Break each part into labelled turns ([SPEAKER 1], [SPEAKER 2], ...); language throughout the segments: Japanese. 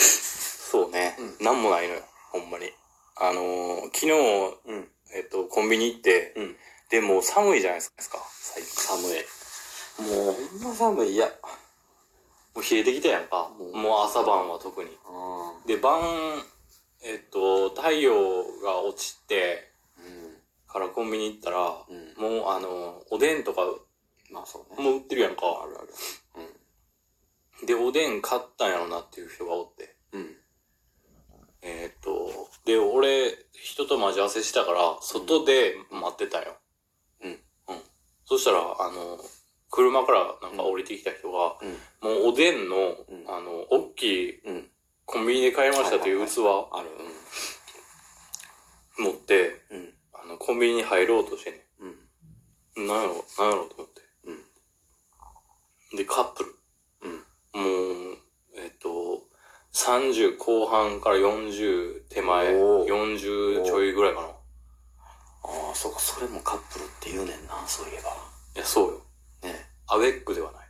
[SPEAKER 1] そうね。
[SPEAKER 2] う
[SPEAKER 1] なんもないのよ。ほんまに。あのー昨日、
[SPEAKER 2] うん。
[SPEAKER 1] えっと、コンビニ行って、
[SPEAKER 2] うん
[SPEAKER 1] でも寒いじゃないですか、最近。
[SPEAKER 2] 寒い。もうほんま寒い。いや。
[SPEAKER 1] もう冷えてきたやんか。もう朝晩は特に。
[SPEAKER 2] う
[SPEAKER 1] で、晩、えっと、太陽が落ちて
[SPEAKER 2] ん。
[SPEAKER 1] からコンビニ行ったら、
[SPEAKER 2] うん。
[SPEAKER 1] もうあの、おでんとか
[SPEAKER 2] まあそうね。
[SPEAKER 1] もう売ってるやんか。
[SPEAKER 2] あるある。
[SPEAKER 1] で、おでん買ったんやろなっていう人がおって。
[SPEAKER 2] うん。
[SPEAKER 1] えーっと、で、俺、人と待ち合わせしたから、外で待ってたよ。
[SPEAKER 2] うん
[SPEAKER 1] うん。そしたら、あの、車からなんか降りてきた人が、
[SPEAKER 2] うん。
[SPEAKER 1] もうおでんの、
[SPEAKER 2] うん
[SPEAKER 1] あの、大きい
[SPEAKER 2] うん。
[SPEAKER 1] コンビニで買いましたという器
[SPEAKER 2] ある。
[SPEAKER 1] 持って、
[SPEAKER 2] うん。
[SPEAKER 1] あの、コンビニに入ろうとしてね。
[SPEAKER 2] うん。うん。
[SPEAKER 1] なんやろ、なんやろと思って。で、カップル。
[SPEAKER 2] うん。
[SPEAKER 1] もう、えっと、30後半から40手前、
[SPEAKER 2] おー
[SPEAKER 1] 40ちょいぐらいかな。い
[SPEAKER 2] ああ、そうか、それもカップルって言うねんな、そういえば。
[SPEAKER 1] や、そうよ。
[SPEAKER 2] ね。
[SPEAKER 1] アベックではない。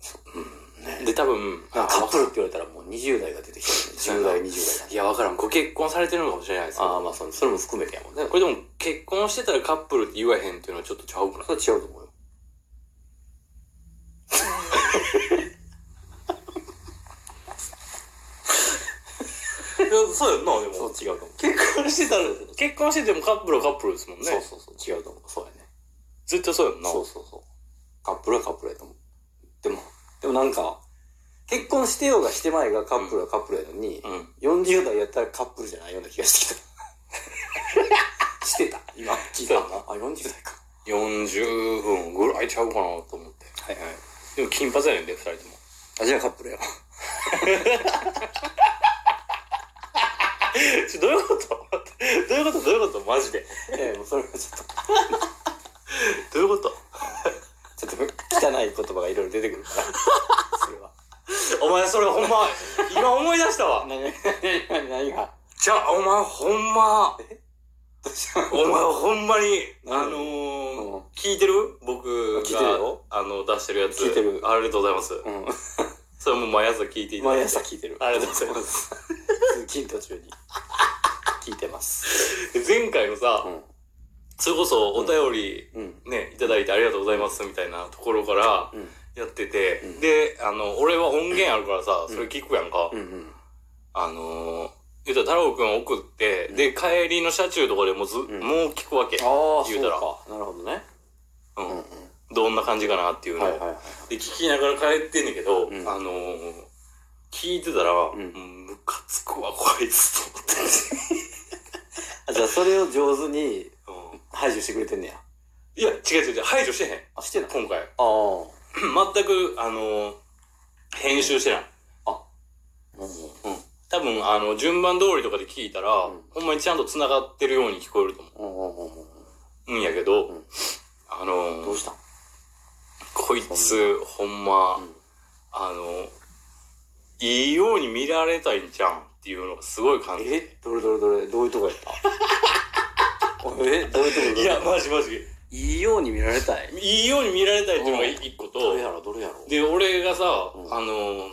[SPEAKER 2] そうん。ね。
[SPEAKER 1] で、多分、
[SPEAKER 2] カップルって言われたらもう20代が出てきてる、ね。10代、20代
[SPEAKER 1] いや、わからん。ご結婚されてるのかもしれないですよ。
[SPEAKER 2] ああ、まあそれそれも含めてやもんね。
[SPEAKER 1] これでも、結婚してたらカップルって言わへんっていうのはちょっとちゃうくない
[SPEAKER 2] それは違うと思うよ。
[SPEAKER 1] そうやんな、で
[SPEAKER 2] そう。違うと思う。
[SPEAKER 1] 結婚してたら、結婚しててもカップルはカップルですもんね。
[SPEAKER 2] そうそうそう、違うと思う。そうやね。
[SPEAKER 1] ずっとそうやんな。
[SPEAKER 2] そうそうそう。カップルはカップルやと思う。でも、でもなんか、結婚してようがしてまいがカップルはカップルやのに、
[SPEAKER 1] うん。
[SPEAKER 2] 40代やったらカップルじゃないような気がしてき た。してた今、聞いたな。あ、40代か。
[SPEAKER 1] 40分ぐらいちゃうかなと思って。
[SPEAKER 2] はいはい。
[SPEAKER 1] でも金髪やねんで、二人とも。
[SPEAKER 2] あ、じゃあカップルやわ。
[SPEAKER 1] ちょ、どういうことどういうことどういうことマジで。
[SPEAKER 2] いやいや、もうそれはちょっと、
[SPEAKER 1] どういうこと
[SPEAKER 2] ちょっと汚い言葉がいろいろ出てくる から。それは。
[SPEAKER 1] お前それほんま、今思い出したわ。
[SPEAKER 2] 何が、何が、何が。
[SPEAKER 1] じゃあ、お前ほんま、
[SPEAKER 2] どうしたの
[SPEAKER 1] お前ほんまに、
[SPEAKER 2] 何
[SPEAKER 1] あのー
[SPEAKER 2] うん
[SPEAKER 1] 聞いてる僕が
[SPEAKER 2] 聞いてるよ
[SPEAKER 1] あの出してるやつ
[SPEAKER 2] 聞いてる
[SPEAKER 1] ありがとうございます
[SPEAKER 2] う
[SPEAKER 1] それもう毎朝聞いてい
[SPEAKER 2] ん。
[SPEAKER 1] ただい
[SPEAKER 2] 毎
[SPEAKER 1] て
[SPEAKER 2] 朝聞いてる。。
[SPEAKER 1] ありがとうございます
[SPEAKER 2] 通勤途中に。聞いてます。
[SPEAKER 1] 前回のさ、
[SPEAKER 2] ん。
[SPEAKER 1] それこそお便り
[SPEAKER 2] うん。
[SPEAKER 1] ねいただいてありがとうございますみたいなところから
[SPEAKER 2] うん。
[SPEAKER 1] やってて、
[SPEAKER 2] うん
[SPEAKER 1] であの俺は音源あるからさ、
[SPEAKER 2] うん
[SPEAKER 1] それ聞くやんか、
[SPEAKER 2] うんうん。
[SPEAKER 1] あのー言うたら太郎くん送って、
[SPEAKER 2] うん
[SPEAKER 1] で帰りの車中とかでもず、
[SPEAKER 2] ん
[SPEAKER 1] もう聞くわけ、
[SPEAKER 2] ああ、
[SPEAKER 1] 言うたら
[SPEAKER 2] そうか。なるほどね。
[SPEAKER 1] うん
[SPEAKER 2] うん
[SPEAKER 1] どんな感じかなっていう
[SPEAKER 2] うん。
[SPEAKER 1] のを、
[SPEAKER 2] はいはいはい。
[SPEAKER 1] で聞きながら帰ってんねんけど、
[SPEAKER 2] うん
[SPEAKER 1] あのー、聞いてたら、
[SPEAKER 2] ん
[SPEAKER 1] うんムカつくわこいつと
[SPEAKER 2] あじゃあそれを上手に
[SPEAKER 1] 思って、
[SPEAKER 2] 排除してくれてんねや。
[SPEAKER 1] いや違う違う違う排除してへん
[SPEAKER 2] あ、してない
[SPEAKER 1] 今回
[SPEAKER 2] ああ。
[SPEAKER 1] 全くあのー、編集してない、
[SPEAKER 2] うん。
[SPEAKER 1] 多分あの順番通りとかで聞いたら、
[SPEAKER 2] ん
[SPEAKER 1] ほんまにちゃんと繋がってるように聞こえると思
[SPEAKER 2] うんうんうんうん。
[SPEAKER 1] うんやけど、
[SPEAKER 2] うん
[SPEAKER 1] あの
[SPEAKER 2] どう
[SPEAKER 1] ー、
[SPEAKER 2] したん
[SPEAKER 1] こいつほんま、
[SPEAKER 2] うん
[SPEAKER 1] あのー、いいように見られたいんじゃんっていうのがすごい感じ
[SPEAKER 2] えどれどれどれどういうとこやった えどういうとこどううとこ
[SPEAKER 1] いやマジマジ
[SPEAKER 2] いいように見られたい
[SPEAKER 1] いいように見られたいっていうのが
[SPEAKER 2] うん
[SPEAKER 1] 一個と、
[SPEAKER 2] どれやろどれやろ
[SPEAKER 1] で、俺がさ、
[SPEAKER 2] うん
[SPEAKER 1] あの、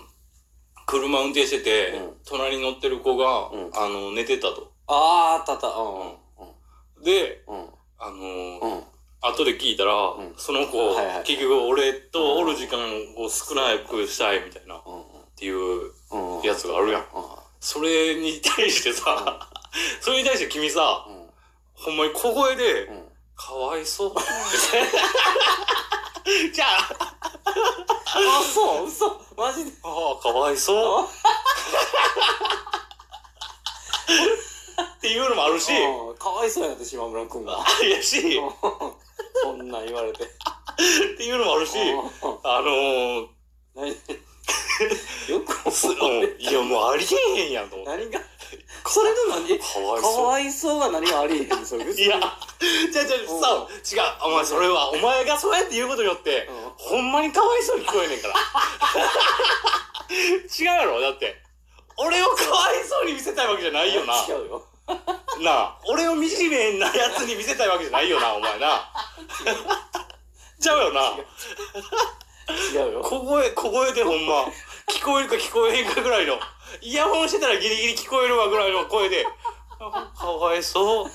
[SPEAKER 1] 車運転してて、
[SPEAKER 2] うん
[SPEAKER 1] 隣に乗ってる子が、
[SPEAKER 2] うん
[SPEAKER 1] あの、寝てたと。
[SPEAKER 2] あああったあったう
[SPEAKER 1] で、
[SPEAKER 2] んうん
[SPEAKER 1] あの
[SPEAKER 2] うんうん
[SPEAKER 1] 後で聞いたら、
[SPEAKER 2] ん
[SPEAKER 1] その子、
[SPEAKER 2] はいはい
[SPEAKER 1] 結局俺とおる時間を少なくしたいみたいな、っ
[SPEAKER 2] う
[SPEAKER 1] ていうん
[SPEAKER 2] うんうん
[SPEAKER 1] やつがあるやん。
[SPEAKER 2] う
[SPEAKER 1] それに対してさ、 それに対して君さ、
[SPEAKER 2] んうん
[SPEAKER 1] ほんまに小声で、
[SPEAKER 2] うん
[SPEAKER 1] かわい そう。じゃあ、
[SPEAKER 2] あそう嘘マジで
[SPEAKER 1] ああ、かわいそう。っていうのもあるし、
[SPEAKER 2] うんかわいそうやなって島村君が
[SPEAKER 1] いやし、っ
[SPEAKER 2] うんそんなん言われて
[SPEAKER 1] ていうのもあるし、
[SPEAKER 2] うん
[SPEAKER 1] あの
[SPEAKER 2] 何よく
[SPEAKER 1] ー、すうんいやもうありえへんやんと思って。
[SPEAKER 2] 何がそれの何
[SPEAKER 1] かわい
[SPEAKER 2] か
[SPEAKER 1] そ
[SPEAKER 2] わいそうが何がありえへんそれ別
[SPEAKER 1] う。
[SPEAKER 2] に
[SPEAKER 1] いや、じゃじゃさ、違う、お前それは、お前がそうやって言うことによって、
[SPEAKER 2] うん
[SPEAKER 1] ほんまにかわいそうに聞こえねんから。違うやろだって。俺をかわいそうに見せたいわけじゃないよな。
[SPEAKER 2] 違うよ
[SPEAKER 1] なあ、俺を惨めなやつに見せたいわけじゃないよな、お前な。ちゃうよな。
[SPEAKER 2] 違うよ
[SPEAKER 1] 小声、小声でほんま、聞こえるか聞こえへんかぐらいのイヤホンしてたらギリギリ聞こえるわぐらいの声で、あかわいそう。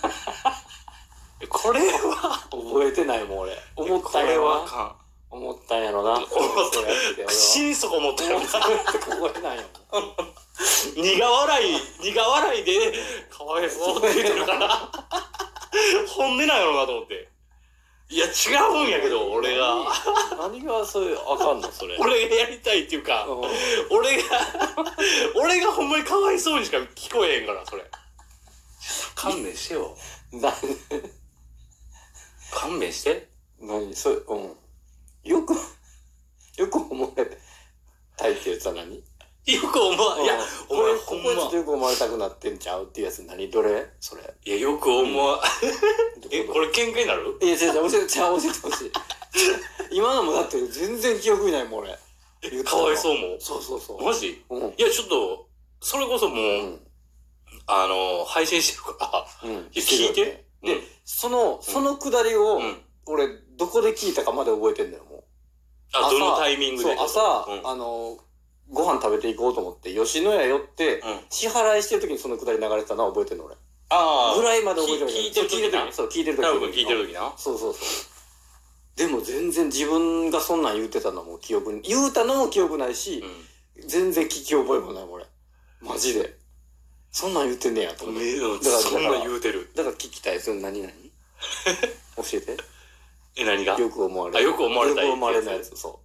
[SPEAKER 1] これは、
[SPEAKER 2] 覚えてないもん俺。思ったんや
[SPEAKER 1] これは
[SPEAKER 2] ろ
[SPEAKER 1] あ
[SPEAKER 2] な。
[SPEAKER 1] か
[SPEAKER 2] 思ったんやろな。思
[SPEAKER 1] ったん。心底思ったよ
[SPEAKER 2] 思
[SPEAKER 1] な
[SPEAKER 2] った。これなんやもん。
[SPEAKER 1] 苦笑い、苦笑いで、かわいそうって言ってるから、本音なんやろうなと思って。いや、違うんやけど、俺が。
[SPEAKER 2] 何。何がそういう、あかんのそれ。
[SPEAKER 1] 俺がやりたいっていうか、
[SPEAKER 2] うん
[SPEAKER 1] 俺が、俺がほんまにかわいそうにしか聞こえへんから、それ。勘弁してよ。
[SPEAKER 2] な
[SPEAKER 1] 勘弁して。
[SPEAKER 2] 何それ、うん。よく、よく思えたいって言ってたのに。
[SPEAKER 1] よく思わ、いや
[SPEAKER 2] うん、
[SPEAKER 1] お
[SPEAKER 2] こ
[SPEAKER 1] 前
[SPEAKER 2] れ
[SPEAKER 1] ほん
[SPEAKER 2] ここちょ
[SPEAKER 1] ま。
[SPEAKER 2] っとよく思われたくなってんちゃうっていうやつ何どれそれ。
[SPEAKER 1] いや、よく思わ、え、こ
[SPEAKER 2] れ
[SPEAKER 1] れ喧嘩になる
[SPEAKER 2] いや、違う違う、教えて、違う教えてほしい。今のもだって全然記憶にないもん、俺。言った
[SPEAKER 1] か
[SPEAKER 2] の
[SPEAKER 1] わいそうも。
[SPEAKER 2] そうそうそう。
[SPEAKER 1] マジ
[SPEAKER 2] うん。うん。
[SPEAKER 1] いや、ちょっと、それこそもう、
[SPEAKER 2] う
[SPEAKER 1] あの、配信してるから、
[SPEAKER 2] ん。
[SPEAKER 1] いや聞いて。
[SPEAKER 2] で
[SPEAKER 1] うん
[SPEAKER 2] その、そのくだりを、
[SPEAKER 1] うん。
[SPEAKER 2] 俺、どこで聞いたかまで覚えてんだよ、も
[SPEAKER 1] あ、
[SPEAKER 2] 朝
[SPEAKER 1] どのタイミン
[SPEAKER 2] う。
[SPEAKER 1] グ
[SPEAKER 2] そう
[SPEAKER 1] で、
[SPEAKER 2] 朝、
[SPEAKER 1] うん
[SPEAKER 2] あの、ご飯食べていこうと思って、吉野家寄って、
[SPEAKER 1] うん。
[SPEAKER 2] 支払いしてる時にそのくだり流れてたのは覚えてんの、俺。
[SPEAKER 1] あ
[SPEAKER 2] ぐらいまで覚えてる
[SPEAKER 1] 聞いてる時な
[SPEAKER 2] そう、聞いてる時
[SPEAKER 1] 多分聞いてる時な。
[SPEAKER 2] そうそうそう。でも全然自分がそんなん言ってたのも記憶に、言うたのも記憶ないし、
[SPEAKER 1] う
[SPEAKER 2] 全然聞き覚えもない、俺。マジで。そんなん言ってんねやと思
[SPEAKER 1] ん。
[SPEAKER 2] っ
[SPEAKER 1] め
[SPEAKER 2] て。だから
[SPEAKER 1] そんなん言うてる。
[SPEAKER 2] だから聞きたい、その 何々教えて。
[SPEAKER 1] え、何が
[SPEAKER 2] よく思われ
[SPEAKER 1] あよく思われたい
[SPEAKER 2] よく思われないやつ、そ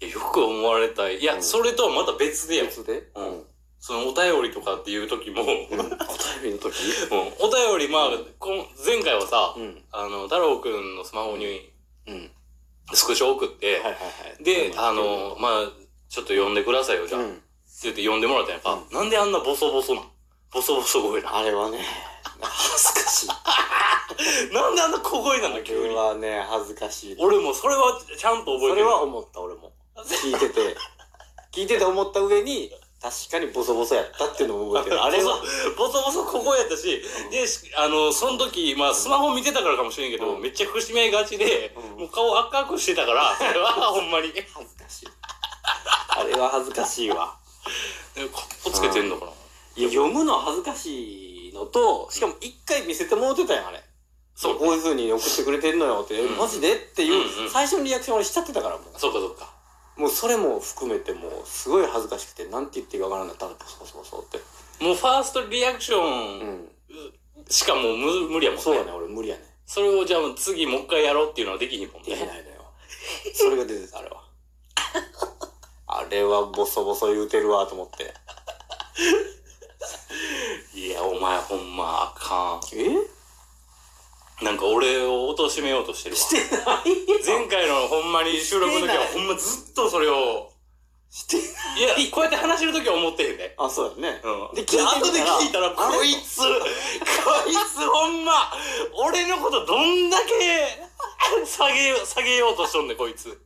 [SPEAKER 1] いやよく思われたい。いや、
[SPEAKER 2] うん
[SPEAKER 1] それとはまた別
[SPEAKER 2] う。
[SPEAKER 1] でやん
[SPEAKER 2] 別で
[SPEAKER 1] う
[SPEAKER 2] うんん。
[SPEAKER 1] そのお便りとかっていう時も、 うん
[SPEAKER 2] うん。お便りの時
[SPEAKER 1] お便り、まあ、この前回はさ、
[SPEAKER 2] うん。
[SPEAKER 1] あの、太郎くんのスマホに
[SPEAKER 2] うん。
[SPEAKER 1] スクショ送って
[SPEAKER 2] はい、はいはい。
[SPEAKER 1] で、あの、、まあ、ちょっと呼んでくださいよ、じゃあ。
[SPEAKER 2] う
[SPEAKER 1] って
[SPEAKER 2] ん。
[SPEAKER 1] 言って呼んでもらったんやんか。なんであんなボソボソなんボソボソ声なん
[SPEAKER 2] あれはね、恥ずかしい。
[SPEAKER 1] なんであんな小声なんだ、
[SPEAKER 2] あ
[SPEAKER 1] 急
[SPEAKER 2] れ
[SPEAKER 1] に。
[SPEAKER 2] はね、恥ずかしい。
[SPEAKER 1] 俺もそれはちゃんと覚えて
[SPEAKER 2] そ
[SPEAKER 1] る。
[SPEAKER 2] れは思った、俺も。聞いてて。 聞いてて思った上に、確かにボソボソやったっていうのも覚えてる。あれは、
[SPEAKER 1] ボソボソここやったし、で、しあの、その時、まあ、スマホ見てたからかもしれんけど、
[SPEAKER 2] うん
[SPEAKER 1] めっちゃ伏し目がちで、
[SPEAKER 2] うん
[SPEAKER 1] もう顔赤くしてたから、それはほんまに。で
[SPEAKER 2] 恥ずかしい。あれは恥ずかしいわ。
[SPEAKER 1] ここつけてんのかな、
[SPEAKER 2] いや、読むのは恥ずかしいのと、しかも一回見せてもうてたやん、あれ。
[SPEAKER 1] そう、
[SPEAKER 2] こういう風に送ってくれてんのよって、
[SPEAKER 1] うん
[SPEAKER 2] マジでっていう、
[SPEAKER 1] うんうん
[SPEAKER 2] 最初のリアクション俺しちゃってたからも
[SPEAKER 1] そうかそうか。
[SPEAKER 2] う。もうそれも含めてもう、すごい恥ずかしくて、なんて言っていいかわからなかったら、ボソボソボソって。
[SPEAKER 1] もうファーストリアクシ
[SPEAKER 2] う
[SPEAKER 1] ョン
[SPEAKER 2] ん。
[SPEAKER 1] しかもう無無理やもんね。
[SPEAKER 2] そうやね、俺無理やね。
[SPEAKER 1] それをじゃあ次もう一回やろうっていうのはできひんもん
[SPEAKER 2] でき
[SPEAKER 1] ね。
[SPEAKER 2] ないのよ。それが出てた、あれ は。あれはボソボソ言うてるわ、と思って。
[SPEAKER 1] いや、お前ほんまあか
[SPEAKER 2] え
[SPEAKER 1] ん。なんか俺を貶めようとしてるわ。
[SPEAKER 2] してない
[SPEAKER 1] 前回のほんまに収録の時は
[SPEAKER 2] して
[SPEAKER 1] ほんまずっとそれを、
[SPEAKER 2] して
[SPEAKER 1] いや、こうやって話してる時は思ってへんね。
[SPEAKER 2] あ、そうやね。
[SPEAKER 1] うん
[SPEAKER 2] で
[SPEAKER 1] で、
[SPEAKER 2] 聞いてみたら
[SPEAKER 1] 後で聞いたら、
[SPEAKER 2] あれ
[SPEAKER 1] こいつ、こいつほんま、俺のことどんだけ下げよう、下げようとしとんねん、こいつ。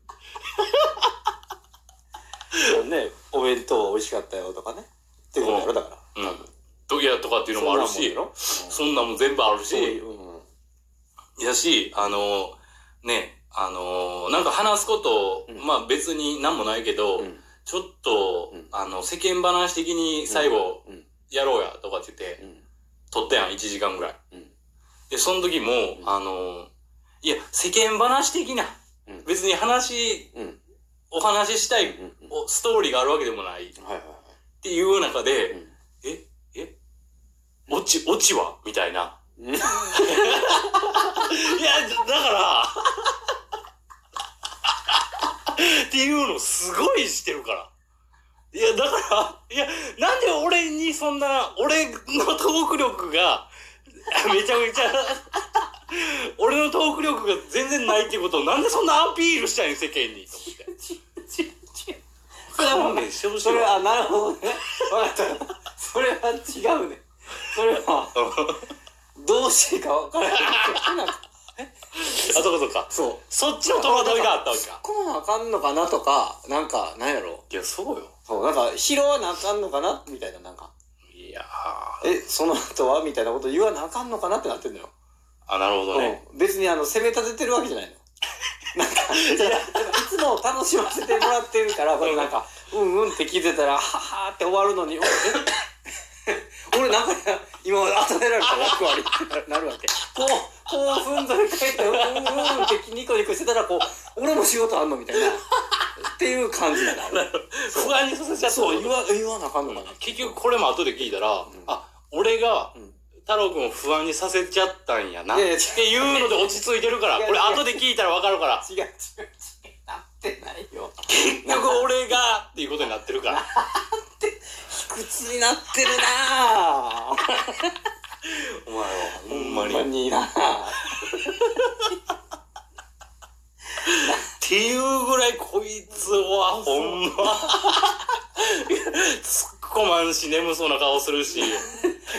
[SPEAKER 2] ね、お弁当美味しかったよとかね。ってことやろ、だから。
[SPEAKER 1] うん。ドギアとかっていうのもあるし、そんなんも全部ある
[SPEAKER 2] そうい
[SPEAKER 1] し、
[SPEAKER 2] う、うん。
[SPEAKER 1] やし、あの、ね、あの、なんか話すこと、
[SPEAKER 2] うん
[SPEAKER 1] まあ別になんもないけど、
[SPEAKER 2] うん
[SPEAKER 1] ちょっと
[SPEAKER 2] うん、
[SPEAKER 1] あの、世間話的に最後
[SPEAKER 2] うん。
[SPEAKER 1] やろうや、とかって言って、
[SPEAKER 2] うん。
[SPEAKER 1] 撮ったやん、1時間ぐらい。
[SPEAKER 2] うん。
[SPEAKER 1] で、その時も、
[SPEAKER 2] うん
[SPEAKER 1] あの、いや、世間話的な、
[SPEAKER 2] うん
[SPEAKER 1] 別に話、
[SPEAKER 2] うん。
[SPEAKER 1] お話ししたい、
[SPEAKER 2] うん
[SPEAKER 1] おストーリーがあるわけでもないっ
[SPEAKER 2] はいはいは
[SPEAKER 1] ていう中
[SPEAKER 2] い。
[SPEAKER 1] で、
[SPEAKER 2] うん
[SPEAKER 1] え、え、落ち、落ちはみたいな。
[SPEAKER 2] うん
[SPEAKER 1] いや、だから、っていうのをすごいしてるから。いや、だから、いや、なんで俺にそんな、俺のトーク力が、めちゃめちゃ、俺のトーク力が全然ないっていうことを、なんでそんなアピールしたいの世間に、と思って。
[SPEAKER 2] れは
[SPEAKER 1] 勘弁してほしい
[SPEAKER 2] そ
[SPEAKER 1] わ
[SPEAKER 2] れは、なるほどね。 わかった。それは違うね。それは、どうしていいか分からない。
[SPEAKER 1] あ、そうかそうか。
[SPEAKER 2] そう。
[SPEAKER 1] そっちの戸惑いがあったわけ
[SPEAKER 2] 突っ
[SPEAKER 1] か。
[SPEAKER 2] 込まなあかんのかなとか、なんか、なんやろ。
[SPEAKER 1] いや、そうよ。
[SPEAKER 2] そう、なんか、拾わなあかんのかなみたいな、なんか。
[SPEAKER 1] いやー
[SPEAKER 2] え、その後はみたいなこと言わなあかんのかなってなってんのよ。
[SPEAKER 1] あ、なるほどね。
[SPEAKER 2] うん別に、あの、攻め立てて るわけじゃないの。なんか、じゃあいつも楽しませてもらってるから、これなんか、うんうんって聞いてたら、ははーって終わるのに、おえ 俺なんか今当たられた役割ってなるわけ。こう、こうふんぞり返って、うんうんってニコニコしてたら、こう、俺も仕事あんのみたいな。っていう感じだ な。俺
[SPEAKER 1] 不安にさせちゃった
[SPEAKER 2] そう、言わ、言わなあかんのかな。
[SPEAKER 1] 結局これも後で聞いたら、
[SPEAKER 2] ん
[SPEAKER 1] あ俺が
[SPEAKER 2] うん
[SPEAKER 1] 太郎くんを不安にさせちゃったんやなっ
[SPEAKER 2] い
[SPEAKER 1] て
[SPEAKER 2] やいや
[SPEAKER 1] いうので落ち着いてるから
[SPEAKER 2] いや
[SPEAKER 1] これ後で聞いたら分かるから
[SPEAKER 2] 違う違う違う。なってないよ。
[SPEAKER 1] 結局俺がっていうことになってるから
[SPEAKER 2] 卑屈になってるなぁ。
[SPEAKER 1] お前はほんまに。
[SPEAKER 2] ほ
[SPEAKER 1] っ
[SPEAKER 2] にな
[SPEAKER 1] ていうぐらいこいつはほんま 突っ込まんし眠そうな顔するし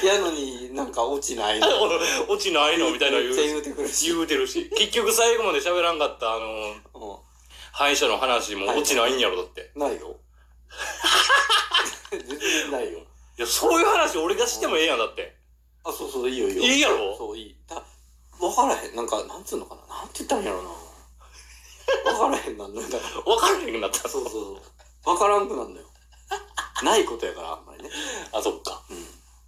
[SPEAKER 2] やのになんか落ちないの。
[SPEAKER 1] 落ちないのみたいな
[SPEAKER 2] め
[SPEAKER 1] 言う
[SPEAKER 2] っちゃ言うてくるし。
[SPEAKER 1] 言うてるし結局最後まで喋らんかったあの
[SPEAKER 2] うん
[SPEAKER 1] 歯医者の話も落ちないんやろだって。
[SPEAKER 2] ない よ。全然ないよ。
[SPEAKER 1] いや、そういう話俺がしてもええやん、だって。
[SPEAKER 2] あ、そうそう、いいよ、いいよ。
[SPEAKER 1] いいやろ
[SPEAKER 2] そう、いい。だ、わからへん。なんか、なんつうのかな。なんて言ったらいいんやろな。わからへんなんだよ。だか
[SPEAKER 1] 分からへんくなった
[SPEAKER 2] ら、。そうそうそう。わからんくなんだよ。ないことやから、あんまりね。
[SPEAKER 1] あ、そっか。
[SPEAKER 2] うん。